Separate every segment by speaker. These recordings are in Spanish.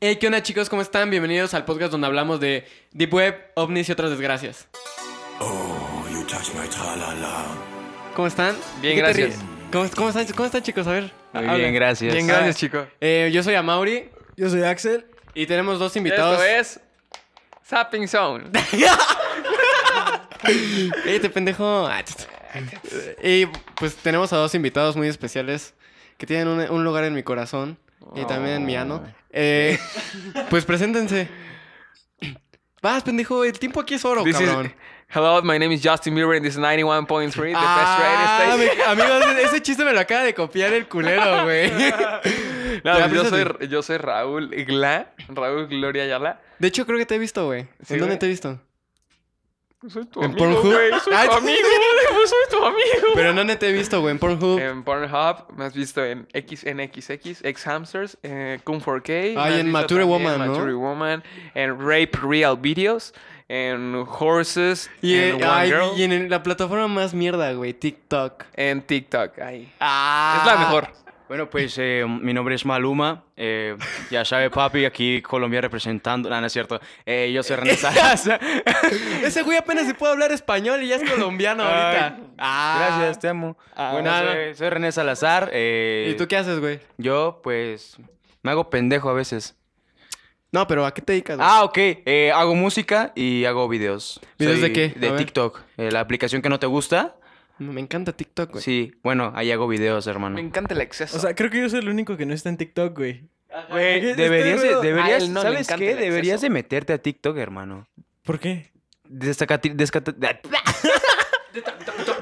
Speaker 1: Hey, ¿qué onda chicos? ¿Cómo están? Bienvenidos al podcast donde hablamos de Deep Web, ovnis y otras desgracias.
Speaker 2: Oh, you touch my tra-la-la.
Speaker 1: ¿Cómo están?
Speaker 3: Bien,
Speaker 1: ¿Qué te
Speaker 3: gracias.
Speaker 1: ríes? ¿Cómo, cómo están, ¿Cómo están chicos? A ver.
Speaker 3: Muy
Speaker 1: habla.
Speaker 3: bien, gracias.
Speaker 1: Bien,
Speaker 3: gracias.
Speaker 1: gracias
Speaker 3: Ah.
Speaker 1: chicos. Eh, yo soy Amauri
Speaker 4: Yo soy Axel.
Speaker 1: y tenemos dos invitados.
Speaker 3: Esto es Zapping Zone.
Speaker 1: Ey, te pendejo! Ah, tst. y pues tenemos a dos invitados muy especiales que tienen un, un lugar en mi corazón y también en mi ano.
Speaker 3: Oh,
Speaker 1: Eh, pues preséntense. Vas, pendejo, el tiempo aquí es oro,
Speaker 3: This is-
Speaker 1: Oh, cabrón.
Speaker 3: Hello, my name is Justin Bieber and this is 91.3, the
Speaker 1: Ah,
Speaker 3: best radio station.
Speaker 1: me- amigo, ese- ese chiste me lo acaba de copiar el culero, güey.
Speaker 3: No,
Speaker 1: Ya,
Speaker 3: yo,
Speaker 1: preséntate.
Speaker 3: soy, yo soy Raúl Gla, Raúl Gloria Ayala.
Speaker 1: De hecho, creo que te he visto, güey.
Speaker 3: Sí,
Speaker 1: ¿En dónde
Speaker 3: güey.
Speaker 1: te he visto?
Speaker 3: Soy tu
Speaker 1: ¿En
Speaker 3: amigo,
Speaker 1: Pornhub?
Speaker 3: güey. Soy
Speaker 1: Ah,
Speaker 3: tu amigo, güey, soy tu amigo.
Speaker 1: Pero en dónde te he visto, güey. En Pornhub.
Speaker 3: En Pornhub, me has visto en XNXX, Ex Hamsters, eh, Kung 4K.
Speaker 1: Ah, y
Speaker 3: me has
Speaker 1: en
Speaker 3: visto
Speaker 1: Mature
Speaker 3: también
Speaker 1: Woman, ¿no?
Speaker 3: Mature Woman, en Rape Real Videos, en Horses,
Speaker 1: y, eh,
Speaker 3: en One
Speaker 1: ay,
Speaker 3: Girl,
Speaker 1: y en la plataforma más mierda, güey. TikTok.
Speaker 3: en TikTok. Ahí.
Speaker 1: Ah.
Speaker 3: Es la mejor.
Speaker 5: Bueno, pues eh, mi nombre es Maluma. eh, ya sabe, papi, aquí Colombia representando. Nada, no es cierto. Eh, yo soy René Sarasa.
Speaker 1: Ese güey apenas se puede hablar español y ya es colombiano ahorita. Ah.
Speaker 5: Gracias, te amo. bueno,
Speaker 1: nada.
Speaker 5: soy, soy René Salazar. eh,
Speaker 1: ¿Y tú qué haces, güey?
Speaker 5: Yo, pues, me hago pendejo a veces.
Speaker 1: No, pero ¿a qué te dedicas? güey?
Speaker 5: Ah, ok. eh, hago música y hago videos.
Speaker 1: ¿Videos
Speaker 5: Soy
Speaker 1: de qué? A
Speaker 5: De
Speaker 1: ver.
Speaker 5: TikTok. eh, la aplicación que no te gusta.
Speaker 1: Me encanta TikTok, güey.
Speaker 5: Sí, bueno, ahí hago videos,
Speaker 3: Me
Speaker 5: hermano.
Speaker 3: encanta el exceso.
Speaker 4: O sea, creo que yo soy el único que no está en TikTok, güey.
Speaker 5: Güey,
Speaker 4: Este
Speaker 5: deberías, de-
Speaker 4: ruido-
Speaker 3: A
Speaker 5: deberías
Speaker 3: él no le
Speaker 5: ¿sabes
Speaker 3: encanta
Speaker 5: qué?
Speaker 3: el
Speaker 5: Deberías
Speaker 3: exceso.
Speaker 5: de meterte a TikTok, hermano.
Speaker 4: ¿Por qué?
Speaker 5: Descati- descata-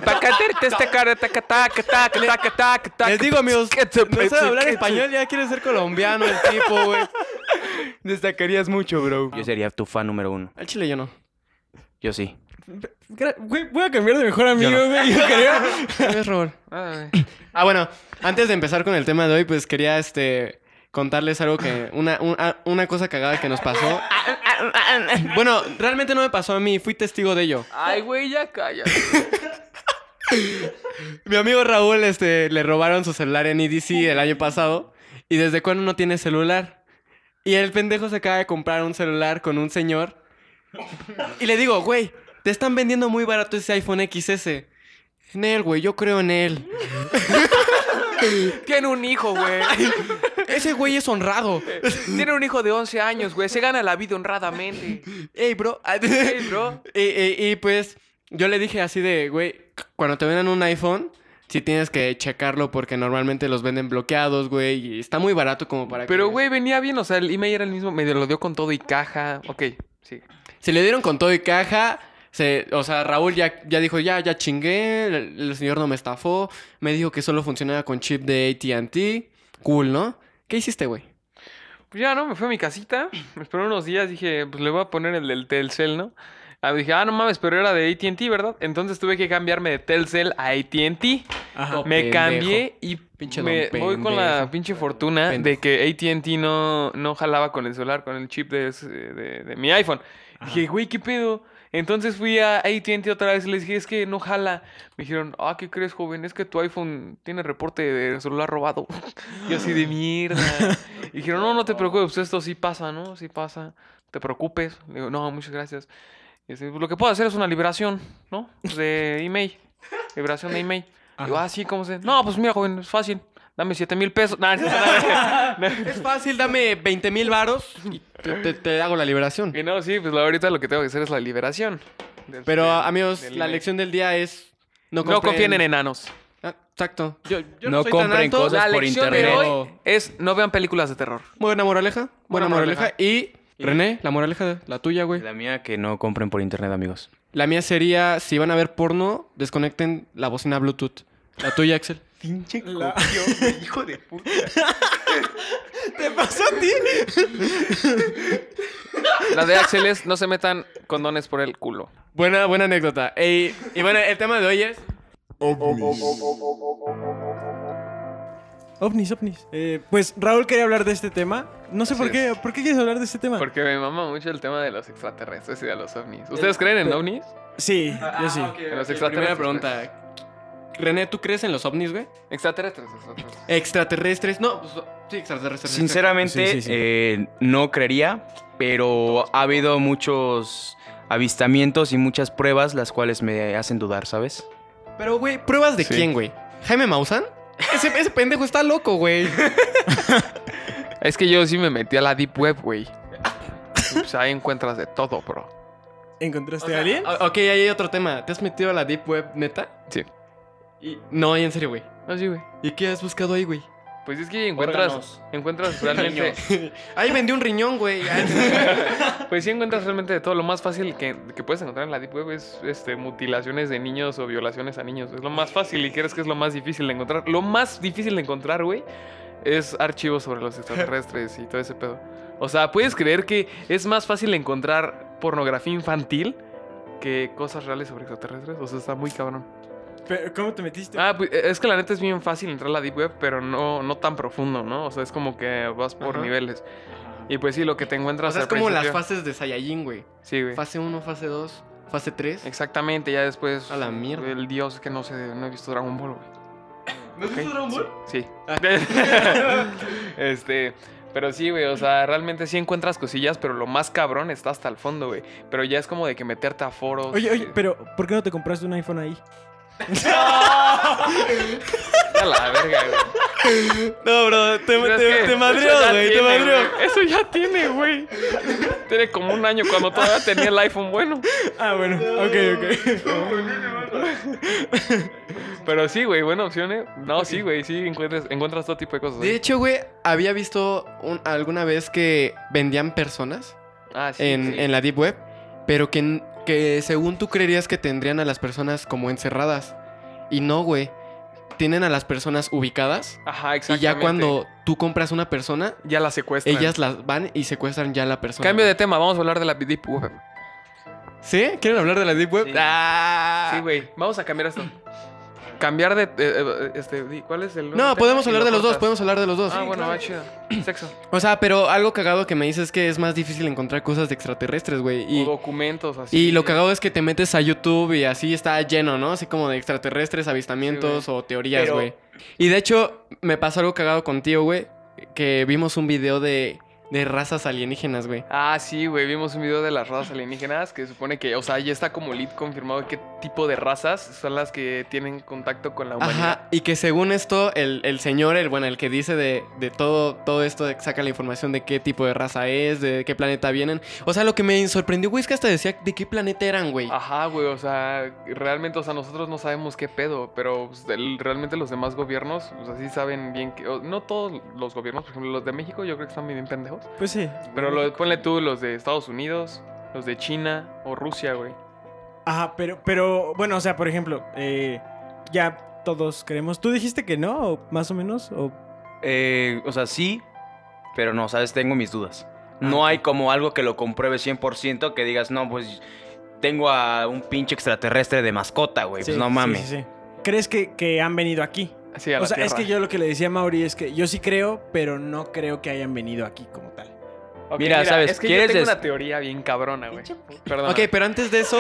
Speaker 3: Tacaterte, este cara, taca, taca, taca, taca, taca, taca.
Speaker 1: Les digo, amigos,
Speaker 3: Que te-
Speaker 1: no sabe hablar
Speaker 3: que te-
Speaker 1: español, ya quiere ser colombiano el tipo, güey.
Speaker 5: Destacarías mucho, bro. Yo sería tu fan número uno.
Speaker 1: Al chile yo no.
Speaker 5: Yo sí.
Speaker 4: Gra- Güey, voy a cambiar de mejor amigo, güey. Yo creo.
Speaker 1: ¿Sabes, Robert?
Speaker 3: Ay,
Speaker 1: Ah, bueno, antes de empezar con el tema de hoy, pues quería este contarles algo que. Una, un- ah, una cosa cagada que nos pasó. Bueno, realmente no me pasó a mí, fui testigo de ello.
Speaker 3: Ay, güey, ya calla.
Speaker 1: Mi amigo Raúl, este, le robaron su celular en EDC el año pasado. ¿Y desde cuándo no tiene celular? Y el pendejo se acaba de comprar un celular con un señor. Y le digo, güey, te están vendiendo muy barato ese iPhone XS. En él, güey, yo creo en él.
Speaker 3: Tiene un hijo, güey.
Speaker 1: Ese güey es honrado.
Speaker 3: Tiene un hijo de 11 años, güey. Se gana la vida honradamente.
Speaker 1: Ey, bro.
Speaker 3: Ey, bro.
Speaker 1: Y, y- y, pues yo le dije así de, güey, cuando te vendan un iPhone, sí tienes que checarlo porque normalmente los venden bloqueados, güey, y está muy barato como para que...
Speaker 3: Pero, güey, venía bien. O sea, el email era el mismo. Medio lo dio con todo y caja. Ok, sí.
Speaker 1: Se le dieron con todo y caja. Se, o sea, Raúl ya, ya dijo, ya, ya chingué, el, el señor no me estafó, me dijo que solo funcionaba con chip de ATT. Cool, ¿no? ¿Qué hiciste, güey?
Speaker 3: Pues ya, ¿no? Me fui a mi casita. Me esperé unos días. Dije, pues le voy a poner el del Telcel, ¿no? Ah, dije, ah, no mames, pero era de ATT, ¿verdad? Entonces tuve que cambiarme de Telcel a ATT.
Speaker 4: Ajá.
Speaker 3: Me
Speaker 1: pendejo.
Speaker 3: cambié y
Speaker 1: Pinche
Speaker 3: me
Speaker 1: don
Speaker 3: voy con la
Speaker 1: pendejo.
Speaker 3: pinche fortuna
Speaker 1: Pendejo.
Speaker 3: de que ATT no, no jalaba con el celular, con el chip de, ese- de- de mi iPhone. Dije, güey, ¿qué pedo? Entonces fui a ATT otra vez y les dije, es que no jala. Me dijeron, ah, ¿qué crees, joven? Es que tu iPhone tiene reporte de celular robado. Y así de mierda. Y dijeron, no, no te preocupes, pues esto sí pasa, ¿no? Sí pasa. Te preocupes. Le digo, no, muchas gracias. Y así, "Pues lo que puedo hacer es una liberación, ¿no? Pues de email. Liberación de email. Digo, ah, sí, ¿cómo se? No, pues mira, joven, es fácil. Dame 7 mil pesos. Nah, no, no, no.
Speaker 1: Es fácil, dame 20 mil varos y te, te- te hago la liberación.
Speaker 3: Y no, sí, pues la- ahorita lo que tengo que hacer es la liberación. del-
Speaker 1: Pero,
Speaker 3: del-
Speaker 1: amigos,
Speaker 3: del
Speaker 1: la
Speaker 3: email.
Speaker 1: lección del día es... No,
Speaker 3: No confíen en
Speaker 1: él.
Speaker 3: enanos.
Speaker 1: exacto. Yo, yo
Speaker 5: No
Speaker 1: soy tan
Speaker 5: compren
Speaker 1: alto.
Speaker 5: cosas
Speaker 3: La
Speaker 5: por
Speaker 3: lección
Speaker 5: internet.
Speaker 3: de
Speaker 1: Pero-
Speaker 3: hoy es no vean películas de terror.
Speaker 1: Buena moraleja. Buena,
Speaker 3: Buena
Speaker 1: moraleja.
Speaker 3: moraleja.
Speaker 1: Y, René, la moraleja, la tuya, güey.
Speaker 5: La mía que no compren por internet, amigos.
Speaker 1: La mía sería, si van a ver porno, desconecten la bocina Bluetooth. La tuya, Axel.
Speaker 4: La- ¿Te pasó a ti?
Speaker 3: La de Axel es no se metan condones por el culo.
Speaker 1: Buena, buena anécdota. Ey, y bueno, el tema de hoy es...
Speaker 4: Ovnis, ovnis. Eh, pues Raúl quería hablar de este tema. No sé por
Speaker 3: Así
Speaker 4: qué.
Speaker 3: es.
Speaker 4: ¿Por qué quieres hablar de este tema?
Speaker 3: Porque me mama mucho el tema de los extraterrestres y de los ovnis. ¿Ustedes creen en ovnis?
Speaker 1: Ah,
Speaker 4: Sí, yo sí.
Speaker 3: En los
Speaker 1: Primera
Speaker 3: extraterrestres.
Speaker 1: pregunta. René, ¿tú crees en los ovnis, güey?
Speaker 3: Extraterrestres, extraterrestres.
Speaker 1: Extraterrestres. No, pues, sí, extraterrestres.
Speaker 5: Sinceramente,
Speaker 4: Sí, sí, sí.
Speaker 5: eh, no creería, pero ha habido muchos avistamientos y muchas pruebas las cuales me hacen dudar, ¿sabes?
Speaker 1: Pero, güey, ¿pruebas de
Speaker 3: Sí.
Speaker 1: quién, güey? ¿Jaime Maussan? Ese, ese pendejo está loco, güey.
Speaker 3: Es que yo sí me metí a la Deep Web, güey. Y, Pues ahí encuentras de todo, bro.
Speaker 4: ¿Encontraste a alguien?
Speaker 1: O- ok, ahí hay otro tema. ¿Te has metido a la Deep Web, neta?
Speaker 3: Sí.
Speaker 1: Y- no, en serio, güey.
Speaker 3: Así, güey.
Speaker 1: ¿Y qué has buscado ahí, güey?
Speaker 3: Pues es que encuentras, encuentras realmente.
Speaker 1: Ahí vendí un riñón, güey.
Speaker 3: Pues sí encuentras realmente de todo. Lo más fácil que, que puedes encontrar en la Deep Web es este, mutilaciones de niños o violaciones a niños. Es lo más fácil y crees que es lo más difícil de encontrar. Lo más difícil de encontrar, güey, es archivos sobre los extraterrestres y todo ese pedo. O sea, puedes creer que es más fácil encontrar pornografía infantil que cosas reales sobre extraterrestres. O sea, está muy cabrón.
Speaker 4: Pero, ¿Cómo te metiste?
Speaker 3: Ah, pues es que la neta es bien fácil entrar a la Deep Web, pero no, no tan profundo, ¿no? O sea, es como que vas por
Speaker 1: Ajá.
Speaker 3: niveles. Y pues sí, lo que te
Speaker 1: o
Speaker 3: encuentras
Speaker 1: sea, es
Speaker 3: al
Speaker 1: como las
Speaker 3: principio-
Speaker 1: fases de Saiyajin, güey.
Speaker 3: Sí, güey.
Speaker 1: Fase 1, fase 2, fase 3.
Speaker 3: Exactamente, ya después.
Speaker 1: A la mierda.
Speaker 3: El dios que no sé, no he visto Dragon Ball, güey.
Speaker 1: ¿No has
Speaker 3: Ok,
Speaker 1: visto Dragon
Speaker 3: sí,
Speaker 1: Ball? Ah.
Speaker 3: Sí. este. Pero sí, güey, o sea, realmente sí encuentras cosillas, pero lo más cabrón está hasta el fondo, güey. Pero ya es como de que meterte a foros.
Speaker 4: Oye, oye,
Speaker 3: eh,
Speaker 4: pero ¿por qué no te compraste un iPhone ahí?
Speaker 3: A la verga, güey.
Speaker 1: No, bro, te,
Speaker 3: Pero es que eso ya tiene, güey. Eso ya tiene, güey. Tiene como un año cuando todavía tenía el iPhone bueno.
Speaker 4: Ah, bueno, ok, ok.
Speaker 3: Pero sí, güey, buena opción, ¿eh? No, sí, güey, sí encuentras, encuentras todo tipo de cosas.
Speaker 1: De
Speaker 3: ahí.
Speaker 1: hecho, güey, había visto un- alguna vez que vendían personas
Speaker 3: Ah, sí,
Speaker 1: en,
Speaker 3: sí.
Speaker 1: en la Deep Web, pero que, n- que según tú creerías que tendrían a las personas como encerradas. Y no, güey. Tienen a las personas ubicadas
Speaker 3: Ajá,
Speaker 1: y
Speaker 3: exactamente.
Speaker 1: ya cuando tú compras una persona,
Speaker 3: Ya la secuestran.
Speaker 1: ellas las van y secuestran ya a la persona.
Speaker 3: Cambio de
Speaker 1: güey.
Speaker 3: tema, vamos a hablar de la Deep Web.
Speaker 1: ¿Sí? ¿Quieren hablar de la Deep Web?
Speaker 3: Sí.
Speaker 1: ¡Ah!
Speaker 3: Sí, güey, vamos a cambiar esto. Cambiar de... eh, eh, este, di- ¿Cuál es el...
Speaker 1: No, podemos hablar de los dos, podemos hablar de los dos.
Speaker 3: Ah, bueno, va chido. Sexo.
Speaker 1: O sea, pero algo cagado que me dices es que es más difícil encontrar cosas de extraterrestres, güey.
Speaker 3: o
Speaker 1: Y,
Speaker 3: documentos, así.
Speaker 1: y lo cagado es que te metes a YouTube y así está lleno, ¿no? Así como de extraterrestres, avistamientos
Speaker 3: Sí,
Speaker 1: o teorías,
Speaker 5: Pero-
Speaker 1: güey. Y de hecho, me pasó algo cagado contigo, güey. Que vimos un video de, de razas alienígenas, güey.
Speaker 3: Ah, sí, güey, vimos un video de las razas alienígenas que supone que, o sea, ya está como lead confirmado qué tipo de razas son las que tienen contacto con la humanidad.
Speaker 1: Ajá, y que según esto, el, el señor, el bueno, el que dice de, de todo, todo esto, de que saca la información de qué tipo de raza es, de qué planeta vienen. O sea, lo que me sorprendió, güey, es que hasta decía de qué planeta eran, güey.
Speaker 3: Ajá, güey, o sea, realmente, o sea, nosotros no sabemos qué pedo, pero pues, el- realmente los demás gobiernos, o sea, sí saben bien que... o- no todos los gobiernos, por ejemplo, los de México yo creo que están bien pendejos,
Speaker 4: Pues sí.
Speaker 3: pero lo, ponle tú los de Estados Unidos, los de China o Rusia, güey.
Speaker 4: Ajá, pero, pero, bueno, o sea, por ejemplo, eh, ya todos creemos. ¿Tú dijiste que no, o más o menos? O...
Speaker 5: Eh, o sea, sí, pero no, ¿sabes? Tengo mis dudas. No hay como algo que lo compruebe 100% que digas, no, pues tengo a un pinche extraterrestre de mascota, güey.
Speaker 4: Sí,
Speaker 5: pues no
Speaker 4: sí,
Speaker 5: mames.
Speaker 4: sí, sí. ¿Crees que, que han venido aquí?
Speaker 3: Así a la
Speaker 4: o sea, es
Speaker 3: Tierra.
Speaker 4: que yo lo que le decía a Mauri es que yo sí creo, pero no creo que hayan venido aquí como tal.
Speaker 3: Ok,
Speaker 5: Mira, ¿sabes?
Speaker 3: Es que
Speaker 5: ¿Quieres
Speaker 3: yo tengo
Speaker 5: des-
Speaker 3: una teoría bien cabrona, güey. Perdón.
Speaker 1: Ok, pero antes de eso,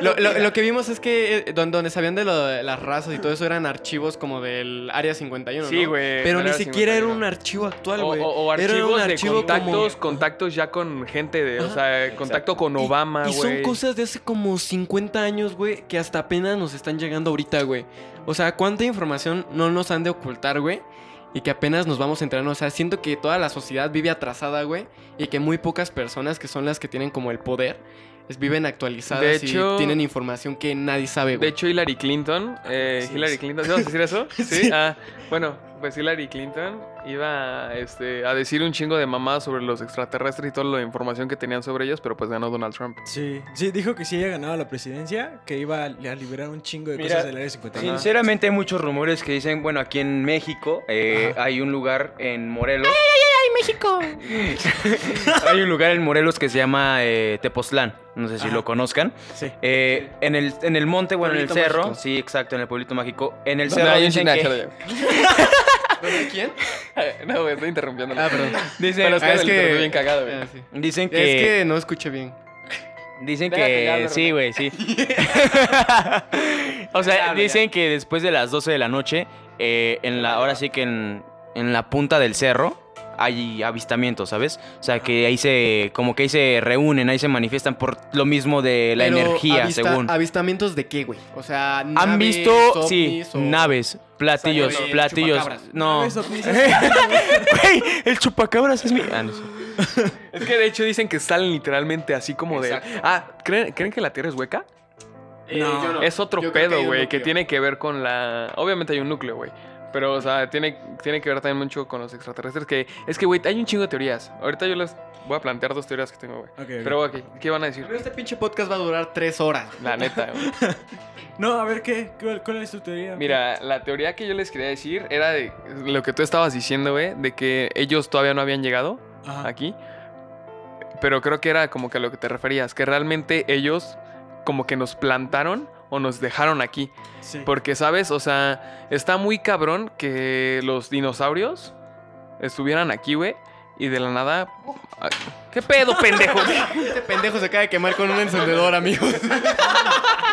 Speaker 1: lo, lo- lo que vimos es que eh, don- donde sabían de, lo de las razas y todo eso eran archivos como del Área 51,
Speaker 3: Sí,
Speaker 1: ¿no?
Speaker 3: güey.
Speaker 1: Pero
Speaker 3: del
Speaker 1: ni
Speaker 3: área
Speaker 1: siquiera era
Speaker 3: 51.
Speaker 1: un archivo actual,
Speaker 3: O,
Speaker 1: güey.
Speaker 3: o- o
Speaker 1: Era
Speaker 3: archivos
Speaker 1: un
Speaker 3: de
Speaker 1: archivo
Speaker 3: contactos, contactos ya con gente de, o
Speaker 1: Ajá,
Speaker 3: sea, contacto con
Speaker 1: Y-
Speaker 3: Obama,
Speaker 1: Y,
Speaker 3: güey.
Speaker 1: son cosas de hace como 50 años, güey, que hasta apenas nos están llegando ahorita, güey. O sea, ¿cuánta información no nos han de ocultar, güey? Y que apenas nos vamos entrando. O sea, siento que toda la sociedad vive atrasada, güey. Y que muy pocas personas, que son las que tienen como el poder, es- viven actualizadas
Speaker 3: De hecho-
Speaker 1: y tienen información que nadie sabe,
Speaker 3: De
Speaker 1: güey.
Speaker 3: hecho, Hillary Clinton, eh,
Speaker 4: Sí,
Speaker 3: Hillary
Speaker 4: sí.
Speaker 3: Clinton, ¿sí ¿vas a decir eso? ¿Sí? Ah, bueno, pues Hillary Clinton iba este, a decir un chingo de mamás sobre los extraterrestres y toda la información que tenían sobre ellos, pero pues ganó Donald Trump.
Speaker 4: Sí, sí, dijo que si ella ganaba la presidencia, que iba a, a liberar un chingo de
Speaker 5: Mira,
Speaker 4: cosas del área 51.
Speaker 5: Sinceramente hay muchos rumores que dicen, bueno, aquí en México eh, hay un lugar en Morelos. México! hay un lugar en Morelos que se llama eh, Tepoztlán, no sé si
Speaker 4: Ajá.
Speaker 5: lo conozcan.
Speaker 4: Sí.
Speaker 5: Eh, en, el, en el monte, bueno, en el
Speaker 1: Pueblito
Speaker 5: cerro,
Speaker 1: mágico.
Speaker 5: sí, exacto, en el pueblito mágico. En el
Speaker 3: No,
Speaker 5: cerro
Speaker 3: yo
Speaker 5: dicen
Speaker 3: sí,
Speaker 5: que...
Speaker 3: déjalo
Speaker 1: ¿Quién?
Speaker 3: ya. No, güey, estoy interrumpiendo.
Speaker 1: Ah, perdón.
Speaker 3: Dicen, pero es
Speaker 1: Ah,
Speaker 3: que, me lo interrumpí bien cagado, güey.
Speaker 1: Ah, sí.
Speaker 5: Dicen
Speaker 1: Es
Speaker 5: que...
Speaker 1: que no escuché bien.
Speaker 5: Dicen
Speaker 3: Déjate que
Speaker 5: que
Speaker 3: hable,
Speaker 5: sí,
Speaker 3: René.
Speaker 5: güey, sí. o sea,
Speaker 1: Hable,
Speaker 5: dicen que después de las 12 de la noche, eh, en la, ahora sí que en, en la punta del cerro hay avistamientos, ¿sabes? O sea, que ahí se, como que ahí se reúnen, ahí se manifiestan por lo mismo de la
Speaker 1: Pero,
Speaker 5: energía,
Speaker 1: avista-
Speaker 5: según.
Speaker 1: ¿Avistamientos de qué, güey? O sea, naves,
Speaker 5: Han visto, sí,
Speaker 1: ovnis o-
Speaker 5: naves, platillos,
Speaker 1: Ovnis,
Speaker 5: platillos.
Speaker 1: chupacabras.
Speaker 5: No.
Speaker 4: Eso, pues,
Speaker 5: Güey, el chupacabras es mi. Ah, no sé.
Speaker 3: Es que de hecho dicen que salen literalmente así como de. Ah, ¿creen, ¿creen que la Tierra es hueca?
Speaker 1: No, yo no.
Speaker 3: Eh, Es otro
Speaker 1: Yo creo que hay
Speaker 3: pedo,
Speaker 1: un
Speaker 3: güey, que
Speaker 1: núcleo.
Speaker 3: tiene que ver con la... Obviamente hay un núcleo, güey. Pero, o sea, tiene, tiene que ver también mucho con los extraterrestres. Que es que, güey, hay un chingo de teorías. Ahorita yo les voy a plantear dos teorías que tengo, güey.
Speaker 4: ok, ok.
Speaker 3: Pero, ok, ¿qué van a decir?
Speaker 1: Este pinche podcast va a durar tres horas.
Speaker 3: La neta, güey.
Speaker 4: No, a ver, ¿qué? ¿Cuál, cuál es tu teoría?
Speaker 3: Mira, la teoría que yo les quería decir era de lo que tú estabas diciendo, güey, de que ellos todavía no habían llegado
Speaker 4: Ajá.
Speaker 3: aquí. Pero creo que era como que a lo que te referías, que realmente ellos como que nos plantaron o nos dejaron aquí.
Speaker 4: Sí.
Speaker 3: Porque, ¿sabes? O sea, está muy cabrón que los dinosaurios estuvieran aquí, güey. Y de la nada... Ay, ¿Qué pedo, pendejo?
Speaker 1: Este pendejo se acaba de quemar con un encendedor, amigos.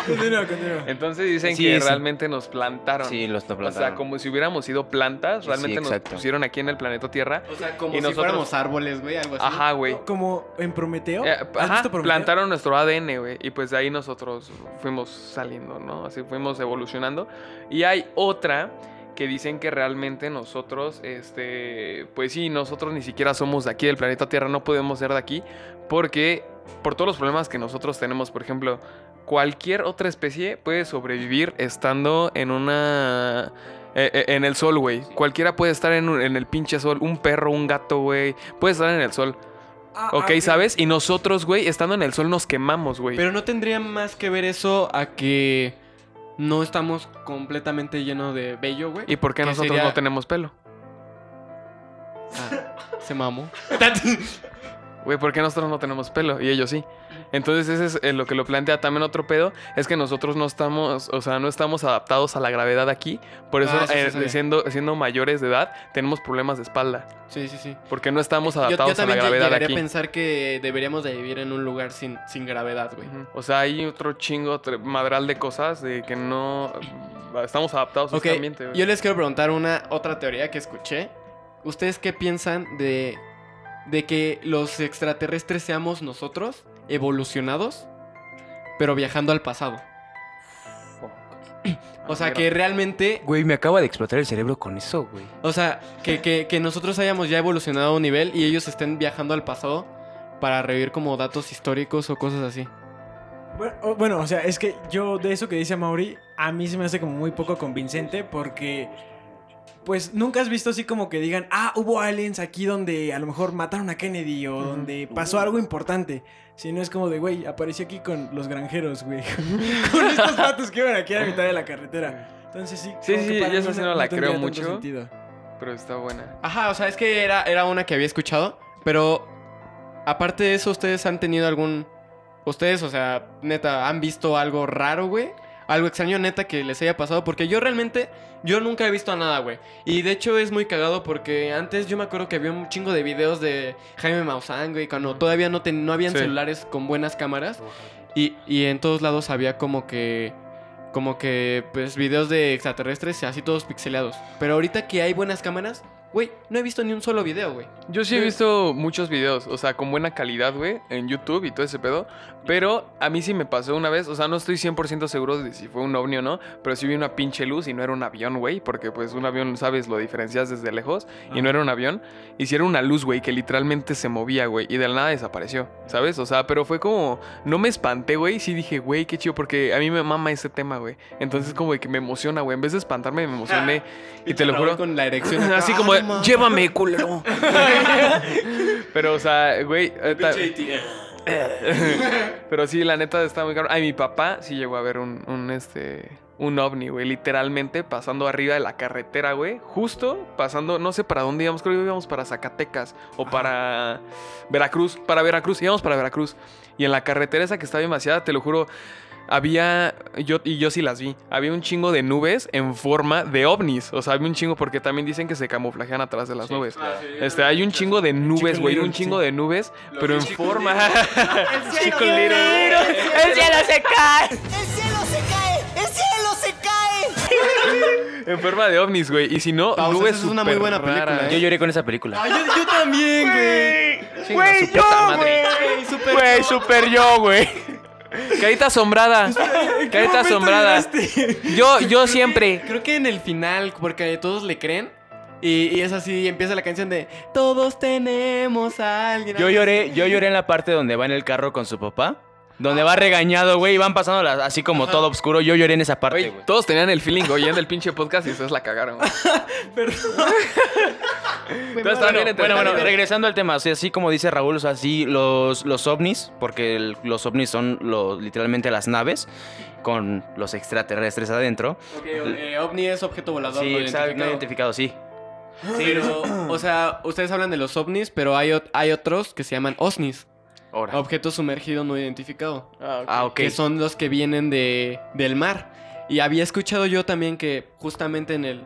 Speaker 4: Continúa, continúa.
Speaker 3: Entonces dicen
Speaker 5: Sí,
Speaker 3: que
Speaker 5: sí.
Speaker 3: realmente nos plantaron.
Speaker 5: Sí, los
Speaker 3: O sea, como si hubiéramos sido plantas,
Speaker 5: Sí,
Speaker 3: realmente nos
Speaker 5: exacto. Pues
Speaker 3: pusieron aquí en el planeta Tierra.
Speaker 1: O sea, como
Speaker 3: Y
Speaker 1: si
Speaker 3: nosotros-
Speaker 1: fuéramos árboles, güey, algo así.
Speaker 3: Ajá, güey.
Speaker 4: Como en Prometeo.
Speaker 3: Eh,
Speaker 4: ¿Has
Speaker 3: ajá,
Speaker 4: visto Prometeo?
Speaker 3: plantaron nuestro ADN, güey. Y pues de ahí nosotros fuimos saliendo, ¿no? Así fuimos evolucionando. Y hay otra que dicen que realmente nosotros, este, pues sí, nosotros ni siquiera somos de aquí, del planeta Tierra, no podemos ser de aquí, porque por todos los problemas que nosotros tenemos, por ejemplo, cualquier otra especie puede sobrevivir estando en una... eh, eh, En el sol, güey. Cualquiera puede estar en, un- en el pinche sol. Un perro, un gato, güey. Puede estar en el sol.
Speaker 4: Ah, ah,
Speaker 3: Ok, ¿sabes? Y nosotros, güey, estando en el sol nos quemamos, güey.
Speaker 1: Pero no tendría más que ver eso a que no estamos completamente llenos de vello, güey.
Speaker 3: ¿Y por qué
Speaker 1: que
Speaker 3: nosotros
Speaker 1: sería-
Speaker 3: no tenemos pelo?
Speaker 1: Ah, se mamó.
Speaker 3: Güey, ¿por qué nosotros no tenemos pelo? Y ellos sí. Entonces, ese es eh, lo que lo plantea también otro pedo. Es que nosotros no estamos, o sea, no estamos adaptados a la gravedad aquí. Por eso,
Speaker 1: Ah, eso sí
Speaker 3: eh,
Speaker 1: sabía.
Speaker 3: siendo, siendo mayores de edad, tenemos problemas de espalda.
Speaker 1: Sí, sí, sí.
Speaker 3: Porque no estamos
Speaker 1: Yo, yo
Speaker 3: adaptados a la
Speaker 1: también lle-
Speaker 3: gravedad
Speaker 1: llegaría
Speaker 3: aquí.
Speaker 1: a pensar que deberíamos de vivir en un lugar sin, sin gravedad, güey.
Speaker 3: Ujú. O sea, hay otro chingo tre- madral de cosas de que no eh, estamos adaptados
Speaker 1: Ok,
Speaker 3: a este ambiente. güey.
Speaker 1: yo les quiero preguntar una otra teoría que escuché. ¿Ustedes qué piensan de, de que los extraterrestres seamos nosotros, evolucionados, pero viajando al pasado? O sea, que realmente
Speaker 5: Güey, me acaba de explotar el cerebro con eso, güey.
Speaker 1: O sea, que, que- que nosotros hayamos ya evolucionado a un nivel y ellos estén viajando al pasado para revivir como datos históricos o cosas así.
Speaker 4: Bueno, o- bueno, o sea, es que yo de eso que dice Mauri, a mí se me hace como muy poco convincente porque, pues, nunca has visto así como que digan, ah, hubo aliens aquí donde a lo mejor mataron a Kennedy o donde pasó algo importante. Sino es como de, güey, apareció aquí con los granjeros, güey. con estos patos que iban aquí a la mitad de la carretera. Entonces sí.
Speaker 3: Sí,
Speaker 4: como
Speaker 3: sí,
Speaker 4: que para
Speaker 3: yo
Speaker 4: mí
Speaker 3: esa sí no la creo
Speaker 4: tendría tanto
Speaker 3: mucho.
Speaker 4: sentido.
Speaker 3: Pero está buena.
Speaker 1: Ajá, o sea, es que era, era una que había escuchado, pero aparte de eso, ¿ustedes han tenido algún... Ustedes, o sea, neta, ¿han visto algo raro, güey? Algo extraño, neta, que les haya pasado, porque yo realmente, yo nunca he visto nada, güey. Y de hecho es muy cagado porque antes yo me acuerdo que había un chingo de videos de Jaime Maussan, güey, cuando todavía no, ten- no habían
Speaker 3: Sí.
Speaker 1: celulares con buenas cámaras. Y, y en todos lados había como que. Como que, pues, videos de extraterrestres así todos pixelados. Pero ahorita que hay buenas cámaras, güey, no he visto ni un solo video, güey.
Speaker 3: Yo sí he
Speaker 1: Sí.
Speaker 3: visto muchos videos, o sea, con buena calidad, güey, en YouTube y todo ese pedo. Pero a mí sí me pasó una vez, o sea, no estoy 100% seguro de si fue un ovni o no, pero sí vi una pinche luz y no era un avión, güey, porque pues un avión, sabes, lo diferencias desde lejos y no era un avión. Y sí era una luz, güey, que literalmente se movía, güey, y de la nada desapareció, ¿sabes? O sea, pero fue como, no me espanté, güey, sí dije, güey, qué chido, porque a mí me mama ese tema, güey. Entonces como de que me emociona, güey, en vez de espantarme, me emocioné y te lo
Speaker 1: Raúl
Speaker 3: juro.
Speaker 1: Con la erección. acá,
Speaker 3: Así
Speaker 1: ah,
Speaker 3: como,
Speaker 1: no
Speaker 3: de,
Speaker 1: mames.
Speaker 3: llévame, culero. Pero, o sea, güey. eh, ta- Pero sí, la neta está muy cabrón. Ay, mi papá sí llegó a ver un, un, este. Un ovni, güey, literalmente pasando arriba de la carretera, güey. Justo pasando, no sé para dónde íbamos, creo que íbamos para Zacatecas o para Veracruz, para Veracruz, íbamos para Veracruz. Y en la carretera esa que está demasiada, te lo juro, había, yo, y yo sí las vi, había un chingo de nubes en forma de ovnis. O sea, había un chingo porque también dicen que se camuflajean atrás de las nubes.
Speaker 4: Ah,
Speaker 3: Este, hay un chingo de nubes, güey,
Speaker 4: Little,
Speaker 3: un chingo
Speaker 4: sí.
Speaker 3: de nubes, pero en forma... Chico
Speaker 6: se
Speaker 3: Little.
Speaker 6: cae! ¡El cielo se cae!
Speaker 7: ¡El cielo se cae! ¡El cielo se cae!
Speaker 3: en forma de ovnis, güey. Y si no,
Speaker 1: Pausa,
Speaker 3: nubes
Speaker 1: esa es una
Speaker 3: súper
Speaker 1: muy buena película,
Speaker 3: raras.
Speaker 1: ¿eh?
Speaker 5: Yo lloré con esa película.
Speaker 1: yo, también, güey.
Speaker 3: Güey, yo, güey. Super güey, super yo, güey. Carita asombrada. Carita asombrada. Yo, yo siempre.
Speaker 1: Creo que en el final, porque todos le creen. Y, y es así, y empieza la canción de Todos tenemos a alguien.
Speaker 5: Yo lloré, yo lloré en la parte donde va en el carro con su papá. Donde va regañado, güey, y van pasando las- así como todo oscuro. Yo lloré en esa parte,
Speaker 3: Güey,
Speaker 5: güey.
Speaker 3: todos tenían el feeling oyendo el pinche podcast y ustedes la cagaron. güey. Todos estaban bien
Speaker 5: Bueno, bueno,
Speaker 3: entretenidos.
Speaker 5: regresando al tema, o sea, así como dice Raúl, o sea, así los, los ovnis, porque el- los ovnis son los, literalmente las naves con los extraterrestres adentro.
Speaker 1: Ok, eh, ovni es objeto volador.
Speaker 5: Sí,
Speaker 1: no
Speaker 5: exacto, no
Speaker 1: identificado.
Speaker 5: identificado, sí.
Speaker 1: Pero, o sea, ustedes hablan de los ovnis, pero hay, ot- hay otros que se llaman osnis.
Speaker 5: Ahora.
Speaker 1: Objeto sumergido no identificado.
Speaker 5: Ah, ok.
Speaker 1: Que son los que vienen de, del mar. Y había escuchado yo también que justamente en el...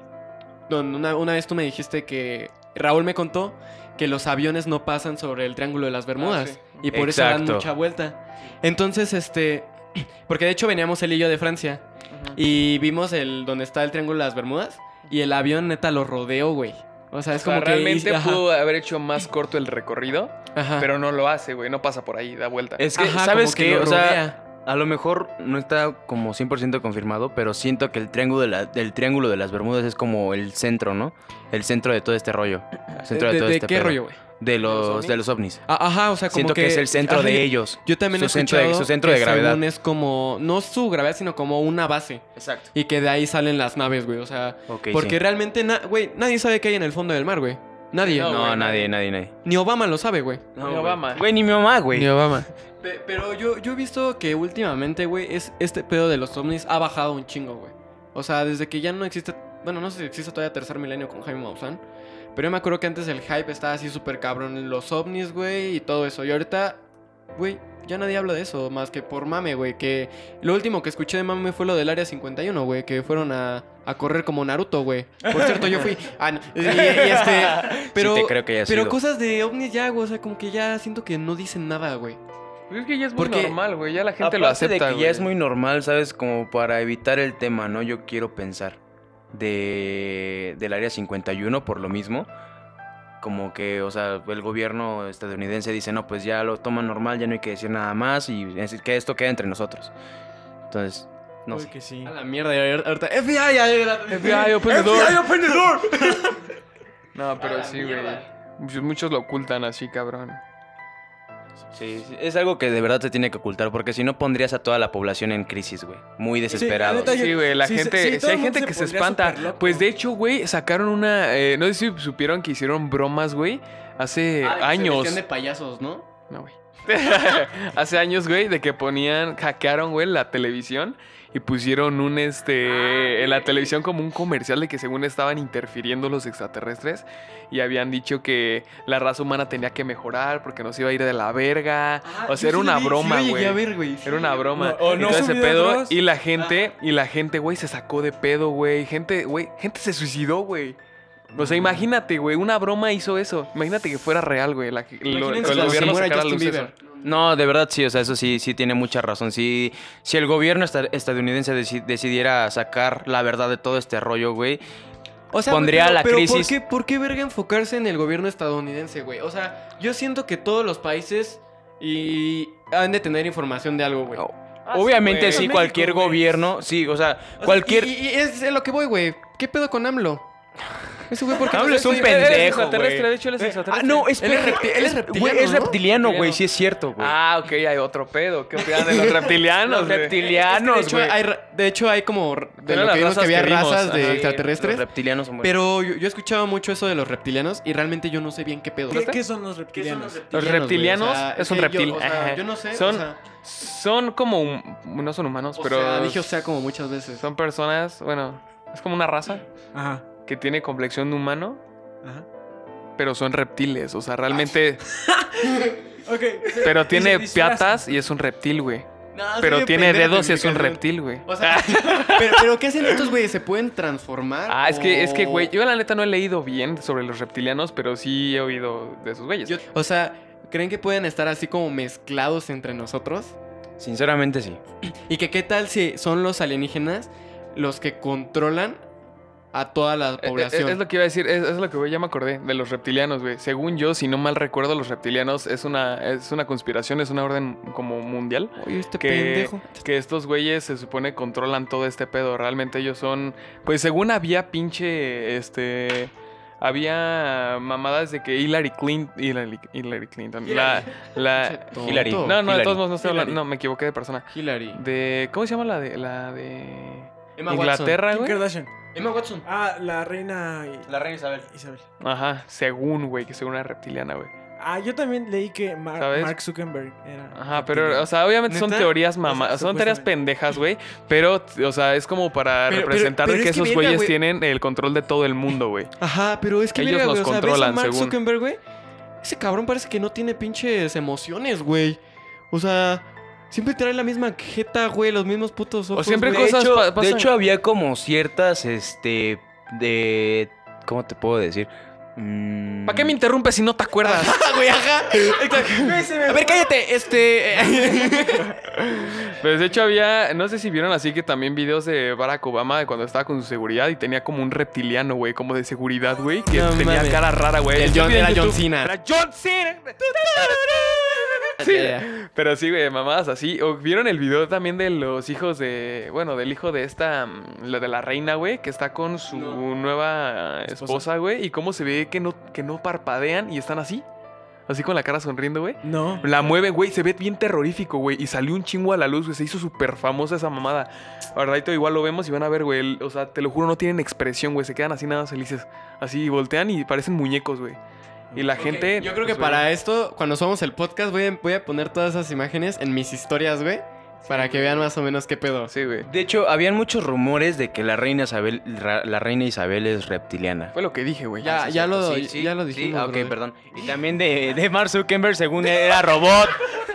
Speaker 1: don- Una, una vez tú me dijiste que... Raúl me contó que los aviones no pasan sobre el Triángulo de las Bermudas.
Speaker 3: Ah, sí.
Speaker 1: Y por eso dan
Speaker 5: Exacto.
Speaker 1: mucha vuelta. Entonces, este... Porque de hecho veníamos él y yo de Francia.
Speaker 3: Ujú.
Speaker 1: Y vimos el donde está el Triángulo de las Bermudas. Y el avión neta lo rodeó, güey. O sea, es
Speaker 3: O sea,
Speaker 1: como que...
Speaker 3: realmente
Speaker 1: ajá,
Speaker 3: pudo haber hecho más corto el recorrido,
Speaker 1: ajá.
Speaker 3: pero no lo hace, güey. No pasa por ahí, da vuelta.
Speaker 5: Ah. Es que,
Speaker 1: Ajá,
Speaker 5: ¿sabes
Speaker 1: como que
Speaker 5: qué?
Speaker 1: lo
Speaker 5: O sea,
Speaker 1: rodea.
Speaker 5: a lo mejor no está como 100% confirmado, pero siento que el triángulo, de la- el triángulo de las Bermudas es como el centro, ¿no? El centro de todo este rollo. El centro de,
Speaker 1: ¿De,
Speaker 5: todo
Speaker 1: de
Speaker 5: este
Speaker 1: qué
Speaker 5: pedo.
Speaker 1: rollo, güey?
Speaker 5: De los,
Speaker 3: ovnis?
Speaker 5: de los ovnis.
Speaker 1: Ah, Ajá, o sea, como
Speaker 5: Siento que, es el centro
Speaker 1: ajá,
Speaker 5: de
Speaker 1: yo-
Speaker 5: ellos.
Speaker 1: Yo también he
Speaker 5: Su centro de-
Speaker 1: escuchado
Speaker 5: su centro de
Speaker 1: que
Speaker 5: gravedad.
Speaker 1: según es como no su gravedad, sino como una base
Speaker 5: Exacto.
Speaker 1: y que de ahí salen las naves, güey, o sea,
Speaker 5: Ok,
Speaker 1: porque
Speaker 5: sí.
Speaker 1: realmente na- güey, nadie sabe qué hay en el fondo del mar, güey. Nadie.
Speaker 3: No,
Speaker 5: No,
Speaker 3: güey,
Speaker 5: nadie, nadie, nadie.
Speaker 1: Ni Obama lo sabe, güey.
Speaker 3: No, Ni Obama.
Speaker 5: Güey, ni mi mamá, güey.
Speaker 1: Obama. pero yo, yo he visto que últimamente, güey, es este pedo de los ovnis ha bajado un chingo, güey. O sea, desde que ya no existe, bueno, no sé si existe todavía tercer milenio con Jaime Maussan, pero yo me acuerdo que antes el hype estaba así súper cabrón, los ovnis, güey, y todo eso. Y ahorita, güey, ya nadie habla de eso, más que por mame, güey, que lo último que escuché de mame fue lo del Área 51, güey, que fueron a, a correr como Naruto, güey. Por cierto, yo fui... Ah, no, y, y este... Pero,
Speaker 5: te creo que hayas
Speaker 1: pero
Speaker 5: ido.
Speaker 1: cosas de ovnis ya, güey, o sea, como que ya siento que no dicen nada, güey.
Speaker 3: Es que ya es muy
Speaker 1: Porque-
Speaker 3: normal, güey. Ya la gente lo
Speaker 5: Aparte
Speaker 3: acepta,
Speaker 5: de que
Speaker 3: güey.
Speaker 5: ya es muy normal, ¿sabes? Como para evitar el tema, ¿no? Yo quiero pensar de, del Área 51 por lo mismo. Como que, o sea, el gobierno estadounidense dice, no, pues ya lo toman normal, ya no hay que decir nada más y es- que esto queda entre nosotros. Entonces, no
Speaker 4: Uy,
Speaker 5: sé.
Speaker 4: que sí.
Speaker 1: A la mierda, ya- ya- ahorita. FBI, ya- ya- ya-
Speaker 3: FBI, open the door.
Speaker 1: open the door.
Speaker 3: No, pero sí, güey. Muchos lo ocultan así, cabrón.
Speaker 5: Sí, sí, es algo que de verdad se tiene que ocultar porque si no pondrías a toda la población en crisis, güey. Muy
Speaker 4: la
Speaker 5: desesperado.
Speaker 4: neta, yo-
Speaker 3: Sí, güey, la
Speaker 4: sí, sí,
Speaker 3: gente,
Speaker 4: sí,
Speaker 3: sí,
Speaker 4: todo
Speaker 3: hay
Speaker 4: el mundo
Speaker 3: gente
Speaker 4: se
Speaker 3: que se
Speaker 4: pondría
Speaker 3: espanta.
Speaker 4: superloco.
Speaker 3: Pues de hecho, güey, sacaron una, eh, no sé si supieron que hicieron bromas, güey,
Speaker 5: eh,
Speaker 3: hace
Speaker 1: Ah, que se
Speaker 3: años.
Speaker 1: vestían de payasos, ¿no?
Speaker 3: No, güey. hace años, güey, de que ponían, hackearon, güey, la televisión y pusieron un, este, en la televisión como un comercial de que según estaban interfiriendo los extraterrestres y habían dicho que la raza humana tenía que mejorar porque nos iba a ir de la verga. o sea, era una broma, güey. Ah. Era una broma.
Speaker 4: O no
Speaker 3: y todo ese
Speaker 4: subir
Speaker 3: pedo.
Speaker 4: atrás.
Speaker 3: Y la gente, y la gente, güey, se sacó de pedo, güey. Gente, güey, gente se suicidó, güey. O sea, imagínate, güey, una broma hizo eso. Imagínate que fuera real, güey. La, lo-
Speaker 1: Imagínense
Speaker 3: el
Speaker 1: cuando se
Speaker 3: gobierno
Speaker 1: muera
Speaker 3: sacara a
Speaker 1: Justin
Speaker 3: luz eso.
Speaker 1: Bieber.
Speaker 5: No, de verdad sí, o sea, eso sí, sí tiene mucha razón. Si, si el gobierno esta- estadounidense deci- decidiera sacar la verdad de todo este rollo, güey,
Speaker 1: O sea,
Speaker 5: Pondría
Speaker 1: pero-
Speaker 5: la
Speaker 1: pero ¿por
Speaker 5: crisis-
Speaker 1: qué, ¿Por qué verga enfocarse en el gobierno estadounidense, güey? O sea, yo siento que todos los países y han de tener información de algo, güey.
Speaker 5: No, obviamente
Speaker 3: güey.
Speaker 5: sí,
Speaker 4: México,
Speaker 5: cualquier
Speaker 4: güey.
Speaker 5: gobierno, sí, o sea,
Speaker 1: O sea,
Speaker 5: cualquier...
Speaker 1: Y, y- y es en lo que voy, güey. ¿Qué pedo con AMLO? Ese güey, ¿por qué
Speaker 5: AMLO
Speaker 1: no
Speaker 5: es un
Speaker 1: estoy-
Speaker 5: pendejo,
Speaker 3: Él es extraterrestre,
Speaker 5: güey.
Speaker 3: de hecho, él es
Speaker 5: Ah,
Speaker 3: extraterrestre.
Speaker 5: no, es,
Speaker 1: Él es
Speaker 5: perre-
Speaker 1: repti- él es
Speaker 5: güey,
Speaker 1: reptiliano,
Speaker 5: es
Speaker 1: ¿no?
Speaker 5: reptiliano, güey, sí es cierto, güey.
Speaker 3: Ah, ok, hay otro pedo. ¿Qué opinan de los reptilianos?
Speaker 5: los
Speaker 3: güey?
Speaker 5: reptilianos,
Speaker 1: De hecho,
Speaker 5: güey.
Speaker 1: hay, ra- de hecho, hay como. r- De
Speaker 3: Eran
Speaker 1: lo
Speaker 3: las
Speaker 1: que vimos que
Speaker 3: razas
Speaker 1: había
Speaker 3: que vimos,
Speaker 1: razas de
Speaker 3: ajá.
Speaker 1: extraterrestres.
Speaker 5: Los reptilianos son buenos.
Speaker 1: Pero yo, yo he escuchado mucho eso de los reptilianos y realmente yo no sé bien qué pedo.
Speaker 4: ¿Qué, qué son los reptilianos?
Speaker 3: Los reptilianos
Speaker 1: güey? O sea,
Speaker 3: es un
Speaker 1: que yo-
Speaker 3: reptil.
Speaker 1: o sea,
Speaker 3: Ajá.
Speaker 1: yo no sé.
Speaker 3: Son,
Speaker 1: o sea,
Speaker 3: son como. hum- No son humanos,
Speaker 1: o
Speaker 3: pero.
Speaker 1: sea, dije, o sea, como muchas veces.
Speaker 3: Son personas. Bueno, es como una raza
Speaker 4: Ajá.
Speaker 3: que tiene complexión de humano,
Speaker 4: Ajá.
Speaker 3: pero son reptiles. O
Speaker 1: Ah,
Speaker 3: sea, realmente.
Speaker 4: Ok.
Speaker 3: Pero
Speaker 4: Y
Speaker 3: tiene
Speaker 4: se disfrazan.
Speaker 3: piatas y es un reptil, güey.
Speaker 1: No, No, soy
Speaker 3: pero
Speaker 1: bien
Speaker 3: tiene
Speaker 1: pendeja
Speaker 3: dedos y es un
Speaker 1: explicación.
Speaker 3: reptil, güey.
Speaker 1: O sea, pero, pero ¿qué hacen estos güeyes? ¿Se pueden transformar?
Speaker 3: Ah, es que, es que,
Speaker 1: o-
Speaker 3: güey, yo la neta no he leído bien sobre los reptilianos, pero sí he oído de esos güeyes.
Speaker 1: Yo- o sea, ¿creen que pueden estar así como mezclados entre nosotros?
Speaker 5: Sinceramente sí.
Speaker 1: ¿Y que qué tal si son los alienígenas los que controlan a toda la
Speaker 3: Eh, eh,
Speaker 1: población?
Speaker 3: Es lo que iba a decir, es, es lo que güey, ya me acordé de los reptilianos, güey. Según yo, si no mal recuerdo, los reptilianos es una, es una conspiración, es una orden como mundial.
Speaker 1: Oye, este
Speaker 3: que-
Speaker 1: pendejo.
Speaker 3: Que estos güeyes se supone controlan todo este pedo. Realmente ellos son. Pues según había pinche. Este. Había mamadas de que Hillary Clinton. Hillary, Hillary Clinton. La. la
Speaker 1: Tonto.
Speaker 5: Hillary.
Speaker 3: no, no, de
Speaker 5: Hillary.
Speaker 3: todos modos no estoy hablando.
Speaker 1: Hillary.
Speaker 3: No, me equivoqué de persona.
Speaker 1: Hillary.
Speaker 3: De. ¿Cómo se llama la de. La de.
Speaker 1: Emma
Speaker 3: Inglaterra,
Speaker 4: Kim
Speaker 3: Ah, güey.
Speaker 4: Kardashian.
Speaker 1: Watson. Emma Watson.
Speaker 4: Ah, la reina I-
Speaker 5: La reina Isabel.
Speaker 4: Isabel.
Speaker 3: Ajá, según, güey, que según era reptiliana, güey.
Speaker 4: Ah, yo también leí que Mar-
Speaker 3: ¿Sabes?
Speaker 4: Mark Zuckerberg era.
Speaker 3: Ajá,
Speaker 4: reptiliano.
Speaker 3: pero, o sea, obviamente son
Speaker 1: ¿Neta?
Speaker 3: teorías
Speaker 4: O
Speaker 3: mamá,
Speaker 4: sea,
Speaker 3: son teorías
Speaker 4: supuestamente.
Speaker 3: pendejas, güey. Pero, o sea, es como para
Speaker 1: Pero- pero-
Speaker 3: representar
Speaker 1: pero
Speaker 3: que
Speaker 1: es que
Speaker 3: esos
Speaker 1: verga,
Speaker 3: güeyes
Speaker 1: güey.
Speaker 3: tienen el control de todo el mundo, güey.
Speaker 1: Ajá, pero es que
Speaker 3: Ellos
Speaker 1: verga,
Speaker 3: nos
Speaker 1: güey, o sea, ¿ves a
Speaker 3: controlan,
Speaker 1: Mark
Speaker 3: según.
Speaker 1: Zuckerberg, güey. Ese cabrón parece que no tiene pinches emociones, güey. O sea, siempre trae la misma jeta, güey, los mismos putos ojos.
Speaker 3: O siempre
Speaker 1: güey.
Speaker 5: De
Speaker 3: cosas
Speaker 5: hecho,
Speaker 3: pa-
Speaker 5: de
Speaker 3: pasan.
Speaker 5: hecho, había como ciertas, este, de... ¿Cómo te puedo decir? Mm,
Speaker 3: ¿Para qué me interrumpes si no te acuerdas?
Speaker 1: Ah, güey, ajá. Exacto. A ver, cállate. Este.
Speaker 3: Pues de hecho había, no sé si vieron así que también videos de Barack Obama de cuando estaba con su seguridad y tenía como un reptiliano, güey, como de seguridad, güey, que
Speaker 1: No
Speaker 3: tenía
Speaker 1: mames.
Speaker 3: cara rara, güey.
Speaker 1: El
Speaker 3: Este
Speaker 1: John-
Speaker 3: video en
Speaker 1: era John
Speaker 3: YouTube-
Speaker 1: Cena.
Speaker 3: Era John Cena. Sí,
Speaker 1: Ya, ya.
Speaker 3: pero sí, güey, mamadas así. ¿O vieron el video también de los hijos de, bueno, del hijo de esta, mm, la de la reina, güey, que está con su nueva esposa, güey, y cómo se ve que no, que no parpadean y están así, así con la cara sonriendo, güey.
Speaker 4: No.
Speaker 3: La mueve, güey, se ve bien terrorífico, güey. Y salió un chingo a la luz, güey. Se hizo súper famosa esa mamada. Ahorita igual lo vemos y van a ver, güey. el- O sea, te lo juro, no tienen expresión, güey. Se quedan así nada más felices. Así voltean y parecen muñecos, güey. Y la gente.
Speaker 1: Yo creo que
Speaker 3: pues, güey,
Speaker 1: para esto, cuando somos el podcast, voy a, voy a poner todas esas imágenes en mis historias, güey. Para que vean más o menos qué pedo.
Speaker 3: Sí, güey.
Speaker 5: De hecho, habían muchos rumores de que la reina Isabel, ra- la reina Isabel es reptiliana.
Speaker 3: Fue lo que dije, güey.
Speaker 1: Ah, Ya,
Speaker 5: Sí,
Speaker 1: ya,
Speaker 5: cierto.
Speaker 1: lo,
Speaker 5: Sí, sí,
Speaker 1: ya lo
Speaker 5: sí,
Speaker 1: dijimos.
Speaker 5: ah, ok,
Speaker 1: brother.
Speaker 5: perdón. Y también de, de Mark Zuckerberg, según era robot.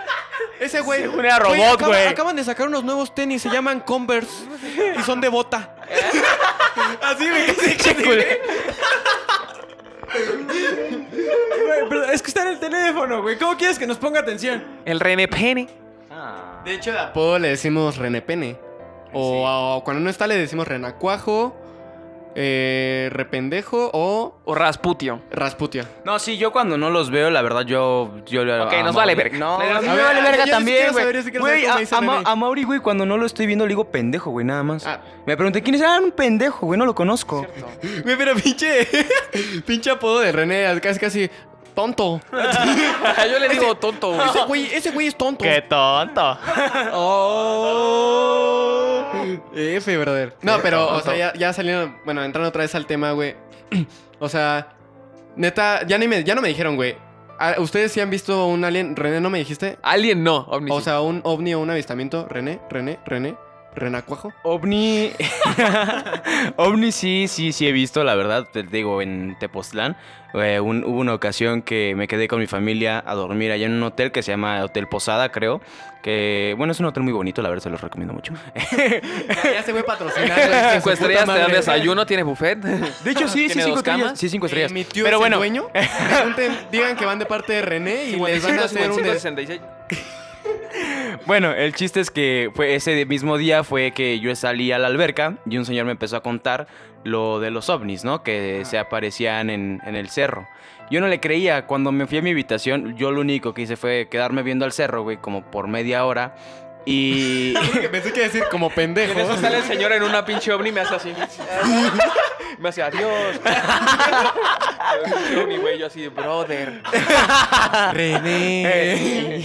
Speaker 1: Ese güey.
Speaker 5: Según era robot,
Speaker 1: acaba-
Speaker 5: güey.
Speaker 1: Acaban de sacar unos nuevos tenis, se llaman Converse. Y son de bota. Así, güey. casi, casi.
Speaker 4: Güey, pero es que está en el teléfono, güey. ¿Cómo quieres que nos ponga atención?
Speaker 3: El René Penny.
Speaker 5: Ah.
Speaker 1: De hecho, de apodo le decimos Renepene. O, o cuando no está, le decimos Renacuajo, eh, Rependejo o
Speaker 3: O Rasputio.
Speaker 1: Rasputia.
Speaker 5: No, sí, yo cuando no los veo, la verdad, yo... yo
Speaker 3: Ok, nos vale verga.
Speaker 5: No,
Speaker 3: A
Speaker 5: a mí
Speaker 1: ver,
Speaker 5: me vale
Speaker 1: yo
Speaker 5: verga
Speaker 1: sí
Speaker 5: también,
Speaker 1: quiero
Speaker 5: güey.
Speaker 1: saber, yo sí quiero
Speaker 5: Güey,
Speaker 1: saber cómo
Speaker 5: a,
Speaker 1: dice
Speaker 5: a Ma-
Speaker 1: Nene.
Speaker 5: a Mauri, güey, cuando no lo estoy viendo, le digo pendejo, güey, nada más.
Speaker 1: Ah.
Speaker 5: Me pregunté, ¿quién es? Ah, un pendejo, güey, no lo conozco.
Speaker 1: Güey, pero pinche. pinche apodo de René, casi casi. Tonto.
Speaker 3: Yo le digo tonto, güey.
Speaker 1: Ese güey, ese güey es tonto.
Speaker 5: tonto!
Speaker 1: Oh. F, brother. No, pero, o
Speaker 3: tonto.
Speaker 1: sea, ya, ya salieron. Bueno, entrando otra vez al tema, güey. O sea, neta, ya, ni me, ya no me dijeron, güey. Ah, ¿Ustedes sí han visto un alien? René, ¿no me dijiste?
Speaker 3: Alguien no, ovni.
Speaker 1: O
Speaker 3: sí.
Speaker 1: sea, un ovni o un avistamiento. René, René, René, Renacuajo.
Speaker 5: OVNI... OVNI sí, sí, sí he visto, la verdad, te digo, en Tepoztlán. eh, un- hubo una ocasión que me quedé con mi familia a dormir allá en un hotel que se llama Hotel Posada, creo. Que, bueno, es un hotel muy bonito, la verdad, se los recomiendo mucho.
Speaker 1: Ya se güey patrocinar.
Speaker 3: Cinco estrellas te dan desayuno, tiene buffet.
Speaker 5: De hecho, sí, sí,
Speaker 3: ¿Tiene
Speaker 5: cinco
Speaker 3: dos camas?
Speaker 5: estrellas. Sí, cinco estrellas.
Speaker 1: mi tío
Speaker 5: Pero
Speaker 1: es el
Speaker 5: bueno.
Speaker 1: dueño. Pregunten, digan que van de parte de René y les van a hacer un... des-
Speaker 3: 66.
Speaker 5: Bueno, el chiste es que fue ese mismo día fue que yo salí a la alberca y un señor me empezó a contar lo de los ovnis, ¿no? Que se aparecían en, en el cerro. Yo no le creía. Cuando me fui a mi habitación, yo lo único que hice fue quedarme viendo al cerro, güey, como por media hora. Y...
Speaker 1: Pensé que decir como pendejo.
Speaker 3: En eso sale el señor en una pinche ovni y me hace así. Me hace adiós. Pinche ovni, güey, yo así, brother.
Speaker 1: René.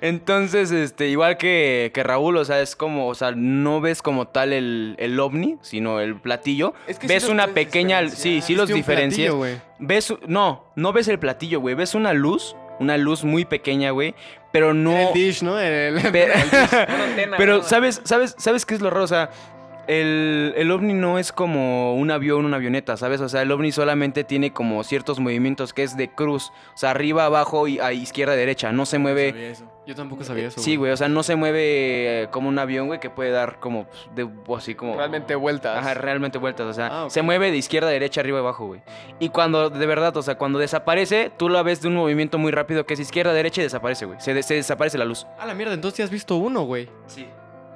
Speaker 5: Entonces, este, igual que, que Raúl, o sea, es como, o sea, no ves como tal el, el ovni, sino el platillo.
Speaker 3: Es que sí
Speaker 5: ves
Speaker 3: los
Speaker 5: una
Speaker 3: puedes
Speaker 5: pequeña, sí,
Speaker 3: diferenciar.
Speaker 5: sí los
Speaker 1: Viste un
Speaker 5: diferencias.
Speaker 1: platillo, güey.
Speaker 5: Ves, no, no ves el platillo, güey. Ves una luz, una luz muy pequeña, güey. Pero
Speaker 1: Era
Speaker 5: no.
Speaker 1: El dish, ¿no? El- el-
Speaker 5: pe-
Speaker 3: antena,
Speaker 5: pero,
Speaker 3: ¿no?
Speaker 5: ¿sabes, sabes, ¿sabes qué es lo raro? O sea, el, el ovni no es como un avión, una avioneta, ¿sabes? O sea, el ovni solamente tiene como ciertos movimientos que es de cruz. O sea, arriba, abajo y a izquierda, derecha. No se mueve.
Speaker 4: Sabía eso.
Speaker 1: Yo tampoco sabía eso.
Speaker 5: Sí, güey, o sea, no se mueve eh, como un avión, güey, que puede dar como pues, de, así como...
Speaker 3: Realmente vueltas.
Speaker 5: Ajá, realmente vueltas, o sea,
Speaker 1: Ah, ok.
Speaker 5: se mueve de izquierda a derecha, arriba y abajo, güey. Y cuando, de verdad, o sea, cuando desaparece, tú la ves de un movimiento muy rápido que es izquierda a derecha y desaparece, güey. Se, de- se desaparece la luz.
Speaker 1: A la mierda, entonces ya has visto uno, güey.
Speaker 5: Sí.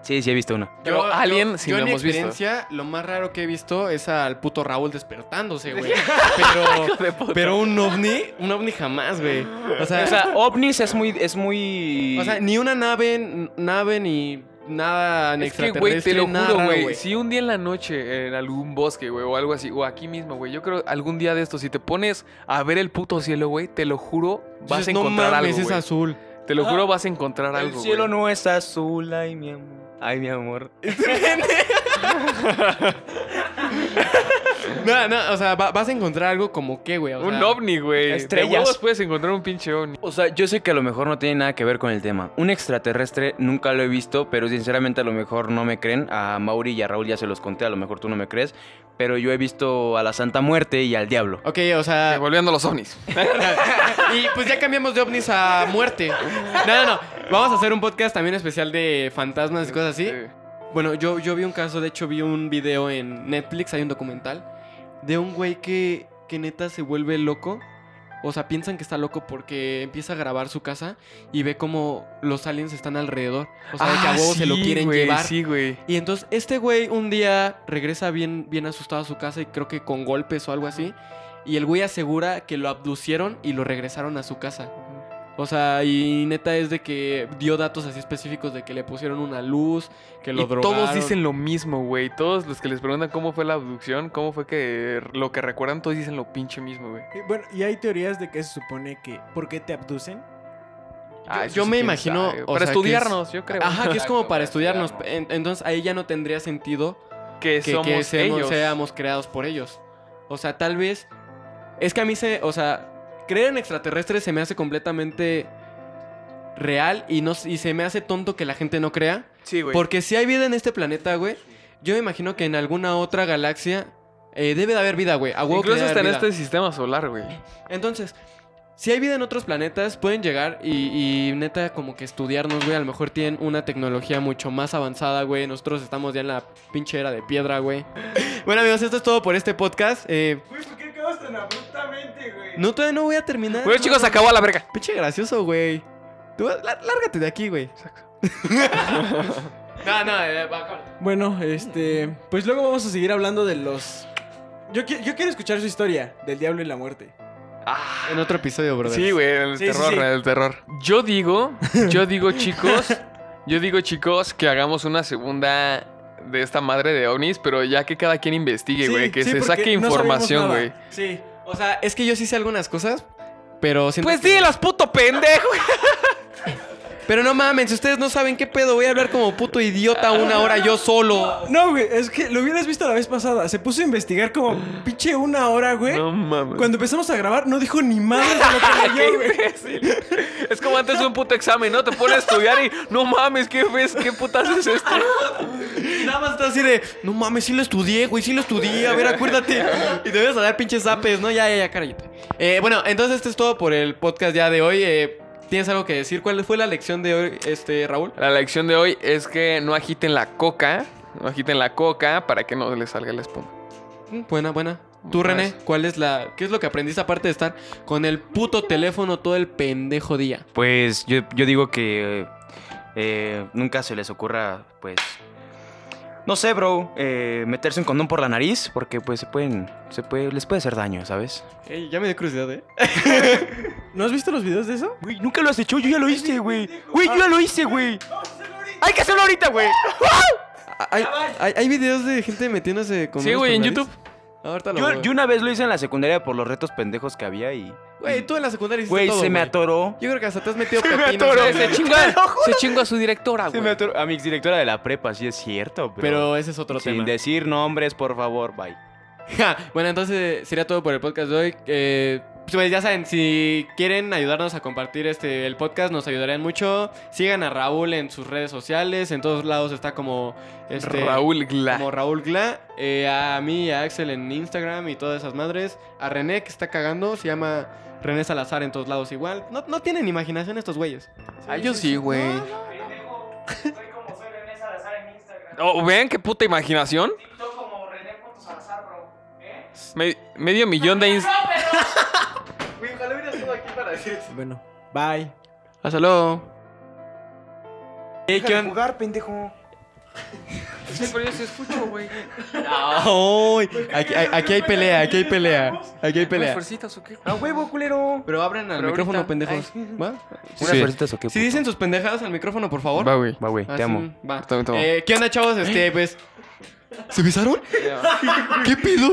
Speaker 5: Sí, sí, he visto una.
Speaker 3: Pero Alien sí
Speaker 1: yo
Speaker 3: lo
Speaker 1: en mi
Speaker 3: hemos visto.
Speaker 1: experiencia, lo más raro que he visto es al puto Raúl despertándose, güey. Pero, pero un ovni, un ovni jamás, güey. O sea,
Speaker 5: O sea, ovnis es muy, es muy...
Speaker 1: o sea, ni una nave, n- nave ni nada
Speaker 3: Es que,
Speaker 1: extraterrestre,
Speaker 3: güey, te lo
Speaker 1: nada
Speaker 3: juro,
Speaker 1: raro,
Speaker 3: güey. Si un día en la noche en algún bosque, güey, o algo así, o aquí mismo, güey, yo creo algún día de esto, si te pones a ver el puto cielo, güey, te lo juro, vas
Speaker 1: Dices,
Speaker 3: a
Speaker 1: no
Speaker 3: encontrar
Speaker 1: mames,
Speaker 3: algo.
Speaker 1: es
Speaker 3: güey.
Speaker 1: azul.
Speaker 3: Te lo juro, vas a encontrar algo.
Speaker 5: El cielo
Speaker 3: güey.
Speaker 5: no es azul, ay, mi amor. Ay, mi amor.
Speaker 1: No, no, o sea, va- vas a encontrar algo como qué, güey. O sea,
Speaker 3: Un ovni, güey.
Speaker 5: estrellas.
Speaker 3: De huevos puedes encontrar un pinche ovni.
Speaker 5: O sea, yo sé que a lo mejor no tiene nada que ver con el tema. Un extraterrestre nunca lo he visto, pero sinceramente a lo mejor no me creen. A Mauri y a Raúl ya se los conté, a lo mejor tú no me crees. Pero yo he visto a la Santa Muerte y al Diablo.
Speaker 1: Ok, o sea,
Speaker 3: Eh, Volviendo a los ovnis.
Speaker 1: Y pues ya cambiamos de ovnis a muerte. No, no, no. Vamos a hacer un podcast también especial de fantasmas y cosas así.
Speaker 3: Eh,
Speaker 1: Bueno, yo, yo vi un caso, de hecho vi un video en Netflix, hay un documental, de un güey que, que neta se vuelve loco. O sea, piensan que está loco porque empieza a grabar su casa y ve como los aliens están alrededor. O sea, de que a
Speaker 3: ah,
Speaker 1: huevo se lo
Speaker 3: sí,
Speaker 1: quieren
Speaker 3: güey,
Speaker 1: llevar.
Speaker 3: Sí, güey.
Speaker 1: Y entonces este güey un día regresa bien, bien asustado a su casa y creo que con golpes o algo así. Y el güey asegura que lo abducieron y lo regresaron a su casa. O sea, y neta es de que dio datos así específicos de que le pusieron una luz, que lo
Speaker 3: Y
Speaker 1: drogaron.
Speaker 3: todos dicen lo mismo, güey. Todos los que les preguntan cómo fue la abducción, cómo fue que lo que recuerdan, todos dicen lo pinche mismo, güey.
Speaker 4: Y bueno, y hay teorías de que se supone que. ¿Por qué te abducen?
Speaker 3: Ah, eso
Speaker 1: yo
Speaker 3: sí,
Speaker 1: me
Speaker 3: quién
Speaker 1: imagino,
Speaker 3: sabe.
Speaker 1: o sea,
Speaker 3: Para
Speaker 1: que es-
Speaker 3: estudiarnos, yo creo.
Speaker 1: Ajá, que es como
Speaker 5: Exacto,
Speaker 1: para
Speaker 5: para
Speaker 1: estudiarnos.
Speaker 5: estudiarnos.
Speaker 1: En- Entonces ahí ya no tendría sentido
Speaker 3: que,
Speaker 1: que,
Speaker 3: somos
Speaker 1: que seamos-
Speaker 3: ellos.
Speaker 1: seamos creados por ellos. O sea, tal vez. Es que a mí se. O sea, creer en extraterrestres se me hace completamente real y, no, y se me hace tonto que la gente no crea.
Speaker 3: Sí, güey.
Speaker 1: Porque si hay vida en este planeta, güey, yo me imagino que en alguna otra galaxia eh, debe de haber vida, güey. A huevo que
Speaker 3: Incluso
Speaker 1: debe
Speaker 3: hasta en
Speaker 1: haber vida.
Speaker 3: este sistema solar, güey.
Speaker 1: Entonces, si hay vida en otros planetas, pueden llegar y, y neta, como que estudiarnos, güey. A lo mejor tienen una tecnología mucho más avanzada, güey. Nosotros estamos ya en la pinche era de piedra, güey. bueno, amigos, esto es todo por este podcast. Eh,
Speaker 4: Güey, ¿por qué acabas tan abruptamente, güey?
Speaker 1: no, todavía no voy a terminar.
Speaker 3: Bueno, chicos, acabó a la verga.
Speaker 1: Pinche gracioso, güey. Tú, lá- lárgate de aquí, güey. no, no, eh, va, cámara.
Speaker 4: Bueno, este. Pues luego vamos a seguir hablando de los. Yo, qui- yo quiero escuchar su historia del diablo y la muerte.
Speaker 1: en otro episodio, brother.
Speaker 3: Sí, güey, el
Speaker 4: Sí, sí,
Speaker 3: terror,
Speaker 4: sí.
Speaker 3: el terror. Yo digo, yo digo, chicos, yo digo, chicos, que hagamos una segunda de esta madre de ovnis, pero ya que cada quien investigue, güey, que se
Speaker 4: porque
Speaker 3: saque
Speaker 4: no sabemos
Speaker 3: información,
Speaker 4: nada.
Speaker 3: güey.
Speaker 4: Sí.
Speaker 1: O sea, es que yo sí sé algunas cosas, pero siento
Speaker 3: Pues
Speaker 1: que-
Speaker 3: dílas, puto pendejo.
Speaker 1: Pero no mames, si ustedes no saben qué pedo, voy a hablar como puto idiota una hora yo solo.
Speaker 4: No, güey, es que lo hubieras visto la vez pasada. Se puso a investigar como pinche una hora, güey.
Speaker 3: No mames.
Speaker 4: Cuando empezamos a grabar, no dijo ni madre de lo que leyó, güey.
Speaker 3: Es como antes de un puto examen, ¿no? Te pones a estudiar y no mames, ¿qué ves? ¿Qué putas es esto?
Speaker 1: Nada más estás así de, no mames, sí lo estudié, güey, sí lo estudié, a ver, acuérdate. Y debes dar pinches apes, ¿no? Ya, ya, ya, carayita. Eh, bueno, entonces esto es todo por el podcast ya de hoy. Eh, ¿Tienes algo que decir? ¿Cuál fue la lección de hoy, este, Raúl?
Speaker 3: La lección de hoy es que no agiten la coca, no agiten la coca para que no les salga la espuma.
Speaker 1: Mm, Buena, buena. Tú,
Speaker 3: Buenas.
Speaker 1: René, ¿cuál es la. ¿Qué es lo que aprendiste aparte de estar con el puto teléfono todo el pendejo día?
Speaker 5: Pues yo, yo digo que eh, eh, nunca se les ocurra, pues... No sé, bro, eh, meterse un condón por la nariz porque pues se pueden, se puede, les puede hacer daño, ¿sabes?
Speaker 1: Ey, ya me dio curiosidad, ¿eh?
Speaker 4: ¿No has visto los videos de eso?
Speaker 5: Güey, nunca lo has hecho, yo ya lo hice, güey. Güey, yo ya lo hice, güey. Hay que hacerlo ahorita, güey.
Speaker 1: Hay, hay- hay videos de gente metiéndose con.
Speaker 3: Sí,
Speaker 1: unos
Speaker 3: güey, en
Speaker 1: pendrives.
Speaker 3: YouTube.
Speaker 1: Ahorita lo
Speaker 5: Yo,
Speaker 1: veo.
Speaker 5: yo una vez lo hice en la secundaria por los retos pendejos que había y...
Speaker 1: Güey, tú en la secundaria hiciste
Speaker 5: Güey,
Speaker 1: todo,
Speaker 5: se me
Speaker 1: güey.
Speaker 5: atoró.
Speaker 1: Yo creo que hasta te has metido
Speaker 5: me
Speaker 1: pepinos,
Speaker 5: atoró.
Speaker 1: güey.
Speaker 3: Se chingó, a- se chingó a su directora,
Speaker 5: Se
Speaker 3: güey.
Speaker 5: me atoró. A mi exdirectora de la prepa, sí es cierto, pero...
Speaker 1: Pero ese es otro
Speaker 5: sin
Speaker 1: tema.
Speaker 5: decir nombres, por favor, bye.
Speaker 1: Ja, bueno, entonces sería todo por el podcast de hoy. Eh, Pues ya saben, si quieren ayudarnos a compartir este el podcast, nos ayudarían mucho. Sigan a Raúl en sus redes sociales, en todos lados está como este,
Speaker 3: Raúl Gla.
Speaker 1: Como Raúl Gla. eh, a mí y a Axel en Instagram y todas esas madres. A René, que está cagando, se llama René Salazar en todos lados igual. No, no tienen imaginación estos güeyes.
Speaker 3: Ah, yo sí, güey. Oh, vean qué puta imaginación. Me- medio millón de ins-
Speaker 4: Bueno, bye.
Speaker 1: Hasta luego.
Speaker 8: Deja de jugar, pendejo.
Speaker 3: Sí, pero yo se escucho, güey.
Speaker 1: aquí, aquí hay pelea, aquí hay pelea. Aquí hay pelea.
Speaker 3: fuercitas o qué?
Speaker 8: A huevo, culero.
Speaker 1: Pero abren al
Speaker 3: Pero
Speaker 1: micrófono,
Speaker 3: ahorita-
Speaker 1: pendejos. ¿Va?
Speaker 5: ¿Unas fuercitas o qué?
Speaker 1: Si dicen sus pendejadas al micrófono, por favor.
Speaker 3: Va, güey.
Speaker 5: Va, güey,
Speaker 1: Ah,
Speaker 5: te
Speaker 1: sí,
Speaker 5: amo.
Speaker 1: va.
Speaker 3: Toma, toma.
Speaker 1: Eh, ¿Qué onda, chavos? Este, pues. ¿Se besaron? ¿Qué pido?